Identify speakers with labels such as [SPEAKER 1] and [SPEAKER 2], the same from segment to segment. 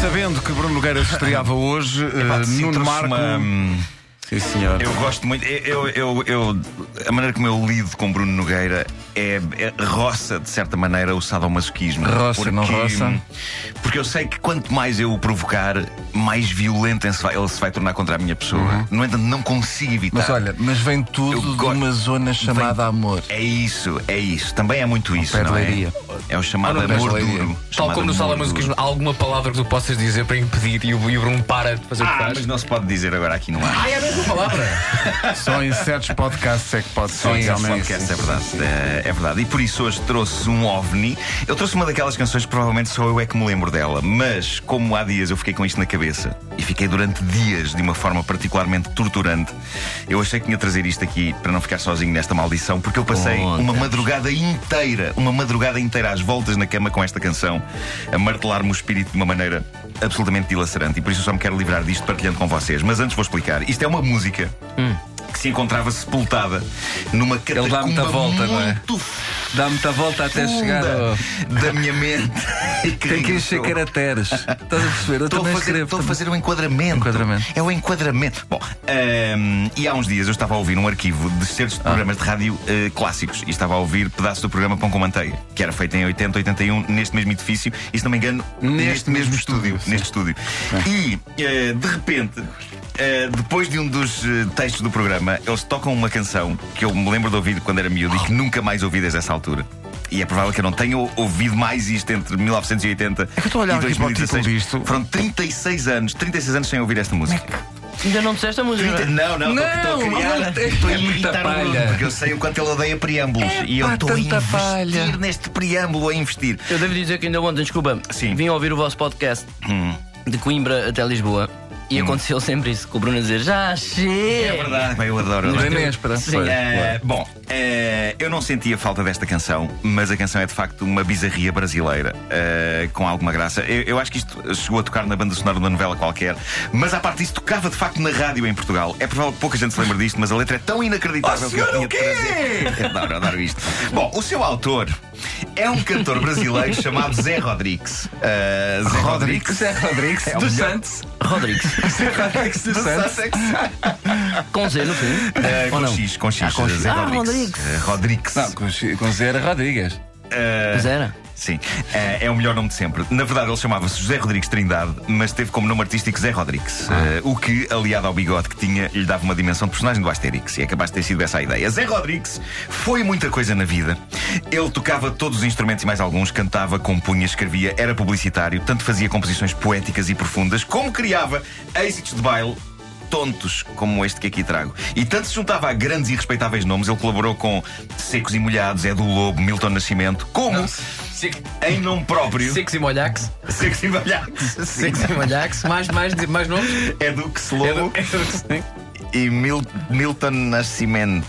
[SPEAKER 1] Sabendo que Bruno Nogueira se estreava hoje,
[SPEAKER 2] Epá,
[SPEAKER 1] eh,
[SPEAKER 2] sim,
[SPEAKER 1] Nuno
[SPEAKER 2] trouxe
[SPEAKER 1] Marco.
[SPEAKER 2] uma-
[SPEAKER 1] Sim, senhor.
[SPEAKER 2] Eu gosto muito. Eu, eu, eu- eu- a maneira como eu lido com Bruno Nogueira é, é roça, de certa maneira, o sadomasoquismo.
[SPEAKER 1] Roça, não roça?
[SPEAKER 2] Porque eu sei que quanto mais eu o provocar, mais violento ele se vai, ele se vai tornar contra a minha pessoa. No entanto, não consigo evitar.
[SPEAKER 3] Uhum.
[SPEAKER 1] Tá.
[SPEAKER 3] Mas olha, mas vem tudo
[SPEAKER 2] Eu
[SPEAKER 3] de
[SPEAKER 2] gosto.
[SPEAKER 3] uma zona chamada
[SPEAKER 2] Vem-
[SPEAKER 3] amor.
[SPEAKER 2] É isso, é isso. Também é muito isso,
[SPEAKER 3] pé de
[SPEAKER 2] não é?
[SPEAKER 3] Leiria.
[SPEAKER 2] É o chamado
[SPEAKER 3] Ou no pé de
[SPEAKER 2] amor
[SPEAKER 3] Leiria.
[SPEAKER 2] duro.
[SPEAKER 4] Tal
[SPEAKER 2] Chamado
[SPEAKER 4] como no
[SPEAKER 2] amor
[SPEAKER 4] Salamanquismo,
[SPEAKER 2] duro.
[SPEAKER 4] há alguma palavra que tu possas dizer para impedir e o, e o Bruno para de fazer o que
[SPEAKER 2] Ah,
[SPEAKER 4] faz?
[SPEAKER 2] mas não se pode dizer agora aqui no ar.
[SPEAKER 4] Ah, é a mesma palavra!
[SPEAKER 1] Só em certos podcasts é que pode ser.
[SPEAKER 2] Sim, esse
[SPEAKER 1] realmente.
[SPEAKER 2] podcast, é verdade. É, é verdade. E por isso hoje trouxe um ovni. Eu trouxe uma daquelas canções que provavelmente só eu é que me lembro dela, mas como há dias eu fiquei com isto na cabeça e fiquei durante dias de uma forma particularmente torturante, eu achei que tinha de trazer isto aqui para não ficar sozinho nesta maldição, porque eu passei uma madrugada inteira, uma madrugada inteira às voltas na cama com esta canção, a martelar-me o espírito de uma maneira absolutamente dilacerante. E por isso eu só me quero livrar disto partilhando com vocês. Mas antes vou explicar. Isto é uma música que se encontrava sepultada numa
[SPEAKER 5] Ele dá muita
[SPEAKER 2] catacumba
[SPEAKER 5] volta, não é?
[SPEAKER 2] muito
[SPEAKER 5] Dá muita volta até chegar
[SPEAKER 2] funda
[SPEAKER 5] ao...
[SPEAKER 2] da minha mente.
[SPEAKER 5] Tem que encher caracteres. Estás a perceber? Eu
[SPEAKER 2] Estou a
[SPEAKER 5] também
[SPEAKER 2] fazer,
[SPEAKER 5] escrevo.
[SPEAKER 2] estou a
[SPEAKER 5] também.
[SPEAKER 2] fazer um enquadramento.
[SPEAKER 5] Enquadramento.
[SPEAKER 2] É o enquadramento. Bom, ahm, e há uns dias eu estava a ouvir um arquivo de certos
[SPEAKER 5] Ah.
[SPEAKER 2] programas de rádio eh, clássicos e estava a ouvir pedaços do programa Pão com Manteiga, que era feito em 80, 81, neste mesmo edifício e, se não me engano, neste, mesmo estúdio. neste estúdio.
[SPEAKER 5] É.
[SPEAKER 2] E, eh, de repente. eh, depois de um dos eh, textos do programa, eles tocam uma canção que eu me lembro de ouvir quando era miúdo e que nunca mais ouvi desde essa altura. E é provável que eu não tenha ouvido mais isto entre 1980
[SPEAKER 1] que eu estou a olhar
[SPEAKER 2] e
[SPEAKER 1] aqui para o título
[SPEAKER 2] 2016.
[SPEAKER 1] disto.
[SPEAKER 2] Foram 36 anos, 36 anos sem ouvir esta música.
[SPEAKER 6] Ainda não disseste a música?
[SPEAKER 2] 30 não, não,
[SPEAKER 5] é Não,
[SPEAKER 2] estou a criar.
[SPEAKER 5] ele tem
[SPEAKER 2] Estou a
[SPEAKER 5] muita
[SPEAKER 2] imitar o Bruno,
[SPEAKER 5] palha. É
[SPEAKER 2] porque eu sei o quanto ele odeia preâmbulos. e eu
[SPEAKER 5] pá,
[SPEAKER 2] estou a
[SPEAKER 5] tanta
[SPEAKER 2] investir
[SPEAKER 5] palha.
[SPEAKER 2] neste preâmbulo, a investir.
[SPEAKER 6] Eu devo dizer que ainda ontem, desculpa,
[SPEAKER 2] Sim.
[SPEAKER 6] vim ouvir o vosso podcast de Coimbra até Lisboa e aconteceu sempre isso, com o Bruno a dizer já
[SPEAKER 2] É
[SPEAKER 6] chega.
[SPEAKER 2] verdade, bem, eu adoro.
[SPEAKER 5] Do
[SPEAKER 2] adoro.
[SPEAKER 5] Inês, para.
[SPEAKER 6] Sim.
[SPEAKER 5] Pois,
[SPEAKER 2] Eh,
[SPEAKER 5] claro.
[SPEAKER 2] Bom, eh, eu não sentia falta desta canção, mas a canção é de facto uma bizarria brasileira, eh, com alguma graça. Eu, eu acho que isto chegou a tocar na banda sonora de uma novela qualquer, mas à parte disso tocava de facto na rádio em Portugal. É provável que pouca gente se lembre disto, mas a letra é tão inacreditável que eu tinha de trazer. Adoro, adoro isto. Bom, o seu autor é um cantor brasileiro chamado Zé Rodrigues. Eh, Zé Rodrigues.
[SPEAKER 5] Zé Rodrigues
[SPEAKER 2] É o
[SPEAKER 5] dos
[SPEAKER 2] melhor.
[SPEAKER 5] Santos.
[SPEAKER 6] Rodrigues,
[SPEAKER 5] Zé Rodrigues dos
[SPEAKER 2] Do
[SPEAKER 5] Santos.
[SPEAKER 2] Sussex.
[SPEAKER 6] com Z no fim.
[SPEAKER 2] Eh,
[SPEAKER 6] Ou
[SPEAKER 2] com
[SPEAKER 6] não?
[SPEAKER 2] X, com X.
[SPEAKER 6] com X.
[SPEAKER 2] Zé
[SPEAKER 6] Ah,
[SPEAKER 2] Rodrigues. Eh, Rodrigues.
[SPEAKER 5] Não, com, com Zé era Rodrigues.
[SPEAKER 2] Eh,
[SPEAKER 6] Pois era.
[SPEAKER 2] Sim, Eh, é o melhor nome de sempre. Na verdade, ele chamava-se José Rodrigues Trindade, mas teve como nome artístico Zé Rodrigues. Eh, o que, aliado ao bigode que tinha, lhe dava uma dimensão de personagem do Asterix. E é capaz de ter sido essa a ideia. Zé Rodrigues foi muita coisa na vida. Ele tocava todos os instrumentos e mais alguns, cantava, compunha, escrevia, era publicitário, tanto fazia composições poéticas e profundas, como criava êxitos de baile tontos como este que aqui trago. E tanto se juntava a grandes e respeitáveis nomes, ele colaborou com Secos e Molhados, Edu Lobo, Milton Nascimento, como em nome próprio.
[SPEAKER 4] Six e Molhax,
[SPEAKER 2] Secos e Molhados.
[SPEAKER 4] Six e Molhax, mais, mais, mais nomes?
[SPEAKER 2] Edu É que se Lobo.
[SPEAKER 4] É
[SPEAKER 2] e Mil- Milton Nascimento.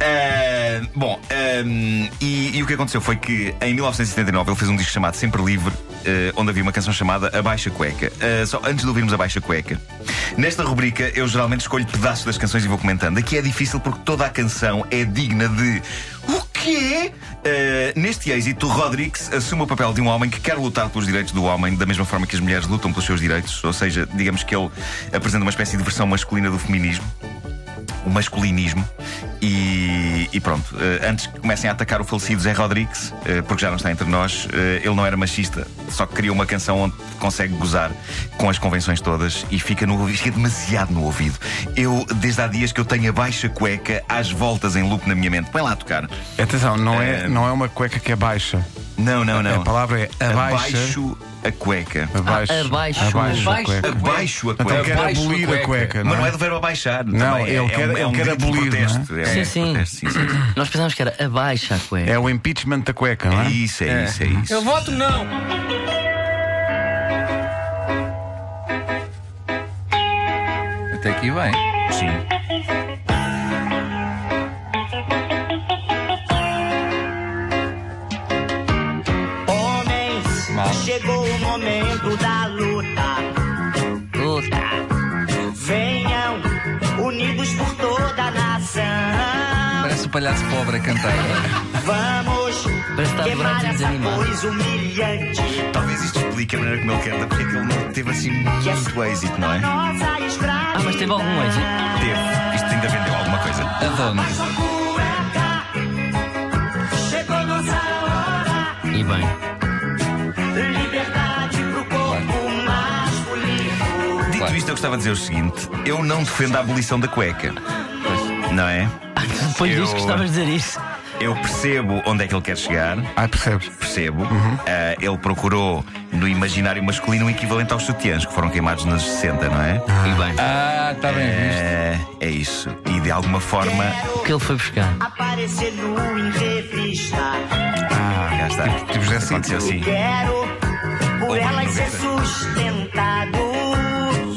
[SPEAKER 2] Ah, bom, ahm, e, e o que aconteceu foi que em 1979 ele fez um disco chamado Sempre Livre, eh, onde havia uma canção chamada A Baixa Cueca. Ah, só antes de ouvirmos A Baixa Cueca, nesta rubrica eu geralmente escolho pedaços das canções e vou comentando. Aqui é difícil porque toda a canção é digna de. O quê? Ah, neste êxito, Rodrigues assume o papel de um homem que quer lutar pelos direitos do homem, da mesma forma que as mulheres lutam pelos seus direitos, ou seja, digamos que ele apresenta uma espécie de versão masculina do feminismo o masculinismo e, e pronto, eh, antes que comecem a atacar o falecido Zé Rodrigues, eh, porque já não está entre nós, eh, ele não era machista, só que criou uma canção onde consegue gozar com as convenções todas e fica, no, fica demasiado no ouvido. Eu, desde há dias que eu tenho a baixa cueca às voltas em loop na minha mente. Põe lá a tocar.
[SPEAKER 1] Atenção, não é,
[SPEAKER 2] Eh,
[SPEAKER 1] não é uma cueca que é baixa.
[SPEAKER 2] Não, não, não.
[SPEAKER 1] A palavra é abaixa.
[SPEAKER 2] Abaixo a cueca.
[SPEAKER 1] Abaixo.
[SPEAKER 6] Ah, abaixo.
[SPEAKER 1] Abaixo a
[SPEAKER 4] Abaixo.
[SPEAKER 1] cueca.
[SPEAKER 2] Abaixo a
[SPEAKER 1] Então
[SPEAKER 2] cueca.
[SPEAKER 1] quer
[SPEAKER 4] Abaixo a
[SPEAKER 1] abolir a
[SPEAKER 4] cueca.
[SPEAKER 1] cueca, não
[SPEAKER 2] Mas não é
[SPEAKER 1] é?
[SPEAKER 2] do verbo abaixar.
[SPEAKER 1] Não,
[SPEAKER 2] também. é,
[SPEAKER 1] ele quer-
[SPEAKER 2] é um,
[SPEAKER 1] ele
[SPEAKER 2] é um
[SPEAKER 1] quer
[SPEAKER 2] grito de
[SPEAKER 1] abolir, não é?
[SPEAKER 2] protesto. É,
[SPEAKER 6] Sim,
[SPEAKER 2] é
[SPEAKER 6] sim.
[SPEAKER 2] protesto, sim, sim, sim.
[SPEAKER 6] Nós pensámos que era abaixo a cueca.
[SPEAKER 1] É o impeachment da cueca, não
[SPEAKER 2] É
[SPEAKER 1] é?
[SPEAKER 2] isso, é, isso, é isso.
[SPEAKER 4] Eu voto não!
[SPEAKER 5] Até aqui vai.
[SPEAKER 2] Sim.
[SPEAKER 7] Homens, chegou o momento da luta. Venham, unidos por toda a nação.
[SPEAKER 5] Parece o
[SPEAKER 3] palhaço pobre a cantar.
[SPEAKER 7] Vamos
[SPEAKER 6] Parece que está a adorar
[SPEAKER 7] quebrar
[SPEAKER 6] ser
[SPEAKER 7] essa
[SPEAKER 6] desanimado.
[SPEAKER 7] coisa humilhante
[SPEAKER 2] Talvez isto explique a maneira como ele canta, porque é que ele não teve assim
[SPEAKER 7] que é
[SPEAKER 2] muito êxito, não é?
[SPEAKER 7] nossa escravidão.
[SPEAKER 6] Ah, mas teve algum êxito?
[SPEAKER 2] Teve. Isto ainda vendeu alguma coisa.
[SPEAKER 3] Adonis.
[SPEAKER 7] Sua cueca, chegou nossa hora.
[SPEAKER 6] E bem,
[SPEAKER 7] Liberdade pro corpo masculino.
[SPEAKER 2] Dito isto, eu gostava de dizer o seguinte: eu não defendo a abolição da cueca. Não é?
[SPEAKER 6] depois
[SPEAKER 2] Eu-
[SPEAKER 6] disso que estavas a dizer isso.
[SPEAKER 2] Eu percebo onde é que ele quer chegar.
[SPEAKER 1] Ah, percebes?
[SPEAKER 2] Percebo. Ah, ele procurou no imaginário masculino o equivalente aos sutiãs que foram queimados nos 60, não é?
[SPEAKER 6] E bem,
[SPEAKER 3] Ah, está bem visto.
[SPEAKER 2] É, é isso. E de alguma forma.
[SPEAKER 6] o que ele foi buscar?
[SPEAKER 7] Aparecer nu em revista.
[SPEAKER 2] Já está.
[SPEAKER 1] tipos desse
[SPEAKER 2] Aconteceu assim.
[SPEAKER 7] Quero por
[SPEAKER 2] Ou
[SPEAKER 7] elas ser
[SPEAKER 2] noventa.
[SPEAKER 7] sustentado.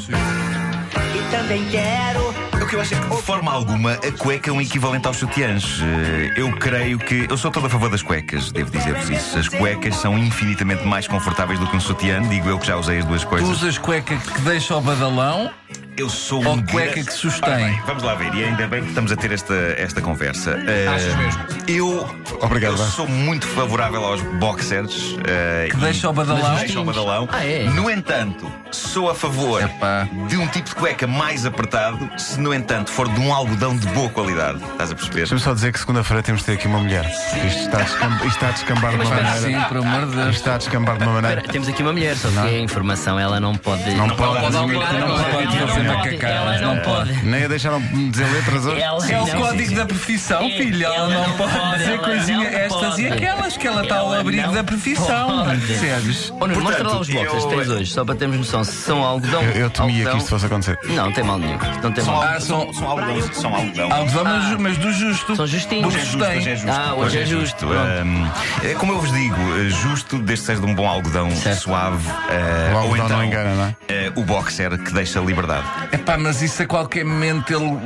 [SPEAKER 7] E também quero.
[SPEAKER 2] O que eu acho é que, de forma alguma, a cueca é um equivalente aos sutiãs. Eh, Eu creio que. Eu sou todo a favor das cuecas, devo dizer-vos isso. As cuecas são infinitamente mais confortáveis do que um sutiã, digo eu que já usei as duas
[SPEAKER 3] Tu
[SPEAKER 2] coisas.
[SPEAKER 3] usas cueca que deixa o badalão
[SPEAKER 2] Eu sou
[SPEAKER 3] ou
[SPEAKER 2] um.
[SPEAKER 3] cueca
[SPEAKER 2] grande-
[SPEAKER 3] que sustém?
[SPEAKER 2] Ora bem, vamos lá ver, e ainda bem que estamos a ter esta, esta conversa. Eh,
[SPEAKER 4] Achas mesmo?
[SPEAKER 2] Eu.
[SPEAKER 1] Obrigado,
[SPEAKER 2] Eu
[SPEAKER 1] vá.
[SPEAKER 2] sou muito favorável aos boxers. eh,
[SPEAKER 3] que deixa o badalão?
[SPEAKER 2] Deixa o badalão.
[SPEAKER 6] Ah, é?
[SPEAKER 2] No entanto, sou a favor
[SPEAKER 3] Epá.
[SPEAKER 2] de um tipo de cueca mais apertado, se no entanto for de um algodão de boa qualidade. Estás a perceber?
[SPEAKER 1] Deixa-me só dizer que segunda-feira temos de ter aqui uma mulher. Isto está a descambar, isto está a descambar de uma
[SPEAKER 3] Ah,
[SPEAKER 1] maneira.
[SPEAKER 3] sim, por amor de
[SPEAKER 1] Isto
[SPEAKER 3] Deus.
[SPEAKER 1] está a descambar de uma maneira.
[SPEAKER 6] Espera, Temos aqui uma mulher, só que a informação ela não pode.
[SPEAKER 1] Não, pode,
[SPEAKER 4] pode
[SPEAKER 1] não,
[SPEAKER 4] operar,
[SPEAKER 1] não
[SPEAKER 4] não
[SPEAKER 1] pode.
[SPEAKER 4] pode.
[SPEAKER 6] Ela
[SPEAKER 3] fazer
[SPEAKER 6] não pode.
[SPEAKER 3] macacadas,
[SPEAKER 6] Ela não
[SPEAKER 3] não
[SPEAKER 6] pode.
[SPEAKER 1] Nem a deixaram dizer letras hoje.
[SPEAKER 6] Ela
[SPEAKER 3] É o
[SPEAKER 6] não-
[SPEAKER 3] código da profissão,
[SPEAKER 6] É,
[SPEAKER 3] filho. Ela
[SPEAKER 6] ela
[SPEAKER 3] não
[SPEAKER 6] não
[SPEAKER 3] pode,
[SPEAKER 6] pode,
[SPEAKER 3] dizer
[SPEAKER 6] ela
[SPEAKER 3] coisinha
[SPEAKER 6] não
[SPEAKER 3] estas e
[SPEAKER 6] pode.
[SPEAKER 3] aquelas, que ela está ao
[SPEAKER 6] Ela
[SPEAKER 3] abrigo
[SPEAKER 6] não
[SPEAKER 3] da profissão.
[SPEAKER 6] pode.
[SPEAKER 3] Percebes?
[SPEAKER 6] Ô, Nuno, mostra lá
[SPEAKER 2] Portanto,
[SPEAKER 6] os boxers
[SPEAKER 2] eu-
[SPEAKER 6] que tens hoje, só para termos noção se são algodão.
[SPEAKER 1] Eu, eu temia
[SPEAKER 6] algodão-
[SPEAKER 1] que isto fosse acontecer.
[SPEAKER 6] Não, não tem mal nenhum. Não tem mal.
[SPEAKER 3] Ah, são,
[SPEAKER 2] São algodão, são algodão.
[SPEAKER 3] algodão, Ah,
[SPEAKER 6] Ah.
[SPEAKER 3] mas, mas do justo.
[SPEAKER 6] São justinhos.
[SPEAKER 3] Do
[SPEAKER 2] Hoje é justo, hoje é
[SPEAKER 3] sustém.
[SPEAKER 2] justo.
[SPEAKER 6] Ah, hoje é justo, pronto.
[SPEAKER 2] Ahm, é como eu vos digo, eh, justo desde que seja de um bom algodão
[SPEAKER 6] Certo.
[SPEAKER 2] suave. eh,
[SPEAKER 1] O
[SPEAKER 2] ou
[SPEAKER 1] algodão
[SPEAKER 2] então,
[SPEAKER 1] não engana, não é?
[SPEAKER 2] eh, o boxer que deixa liberdade.
[SPEAKER 3] Epá, mas isso a qualquer momento ele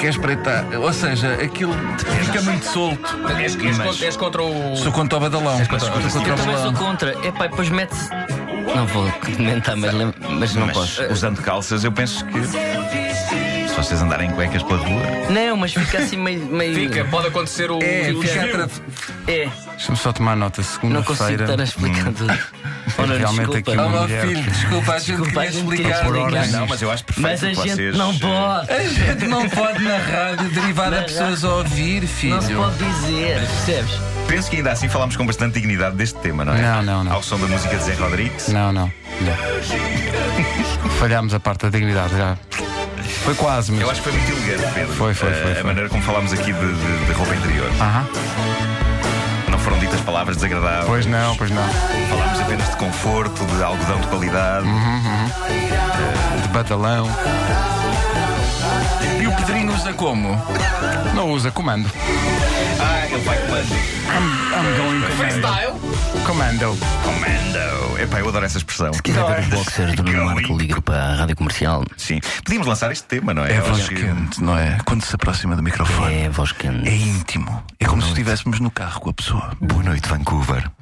[SPEAKER 3] quer espreitar. Ou seja, aquilo fica muito solto.
[SPEAKER 4] És, és,
[SPEAKER 2] Mas-
[SPEAKER 4] contra, és contra o.
[SPEAKER 3] Sou contra o badalão.
[SPEAKER 4] contra o-
[SPEAKER 3] Sou contra
[SPEAKER 6] Eu
[SPEAKER 3] Então, o
[SPEAKER 6] também sou
[SPEAKER 3] badalão.
[SPEAKER 6] contra. Epá, e depois mete-se. Não vou comentar, mas, lem- mas não
[SPEAKER 2] Mas eh,
[SPEAKER 6] posso.
[SPEAKER 2] usando calças, eu penso que. Se vocês andarem em cuecas pela rua.
[SPEAKER 6] Não, mas fica assim meio. meio...
[SPEAKER 4] Fica, pode acontecer o.
[SPEAKER 3] É,
[SPEAKER 4] o
[SPEAKER 3] fica
[SPEAKER 4] desvio.
[SPEAKER 3] atra-
[SPEAKER 6] É,
[SPEAKER 1] Deixa-me só tomar nota.
[SPEAKER 6] não consigo estar a
[SPEAKER 1] Segunda-feira.
[SPEAKER 6] explicar tudo. Oh, Nuno,
[SPEAKER 1] Realmente
[SPEAKER 6] desculpa.
[SPEAKER 1] aqui
[SPEAKER 3] Ah,
[SPEAKER 1] uma
[SPEAKER 3] meu
[SPEAKER 1] mulher.
[SPEAKER 3] filho, desculpa, a gente
[SPEAKER 6] Desculpa,
[SPEAKER 3] queria
[SPEAKER 6] a gente queria
[SPEAKER 3] explicar.
[SPEAKER 6] explicar.
[SPEAKER 3] ninguém-
[SPEAKER 6] Não,
[SPEAKER 2] Não, mas eu acho perfeito
[SPEAKER 6] Mas a
[SPEAKER 2] que
[SPEAKER 6] gente
[SPEAKER 2] vocês,
[SPEAKER 6] não
[SPEAKER 2] eh,
[SPEAKER 6] pode.
[SPEAKER 3] A gente não pode na rádio derivar
[SPEAKER 6] Na
[SPEAKER 3] a pessoas a ouvir, filho.
[SPEAKER 6] Não se pode dizer, percebes?
[SPEAKER 2] Penso que ainda assim falámos com bastante dignidade deste tema, não é?
[SPEAKER 1] Não, não, não.
[SPEAKER 2] Ao som da música de Zé Rodrigues.
[SPEAKER 1] Não, não. não. Falhámos a parte da dignidade já. Foi quase, mas.
[SPEAKER 2] Eu acho que foi muito elegante, Pedro.
[SPEAKER 1] Foi, foi, foi,
[SPEAKER 2] Eh,
[SPEAKER 1] foi.
[SPEAKER 2] A maneira como falámos aqui de, de- de roupa interior.
[SPEAKER 1] Aham.
[SPEAKER 2] Não foram ditas palavras desagradáveis.
[SPEAKER 1] Pois não, pois não.
[SPEAKER 2] Falámos apenas de conforto, de algodão de qualidade.
[SPEAKER 1] Uhum. De batalão.
[SPEAKER 3] E o Pedrinho usa como?
[SPEAKER 1] Não usa comando.
[SPEAKER 2] Ah, ele vai comando.
[SPEAKER 1] I'm going
[SPEAKER 4] Freestyle?
[SPEAKER 1] comando.
[SPEAKER 2] Comando. Epá, eu adoro essa expressão.
[SPEAKER 6] Quiser ver os boxers do Nuno Marco, liga para a rádio comercial.
[SPEAKER 2] Sim. Podíamos lançar este tema, não é?
[SPEAKER 5] É
[SPEAKER 2] Eu
[SPEAKER 5] voz
[SPEAKER 2] acho que-
[SPEAKER 5] quente, não é? Quando se aproxima do microfone.
[SPEAKER 6] É a voz que.
[SPEAKER 5] É íntimo. É como se estivéssemos no carro com a pessoa.
[SPEAKER 2] Boa noite, Vancouver.
[SPEAKER 6] é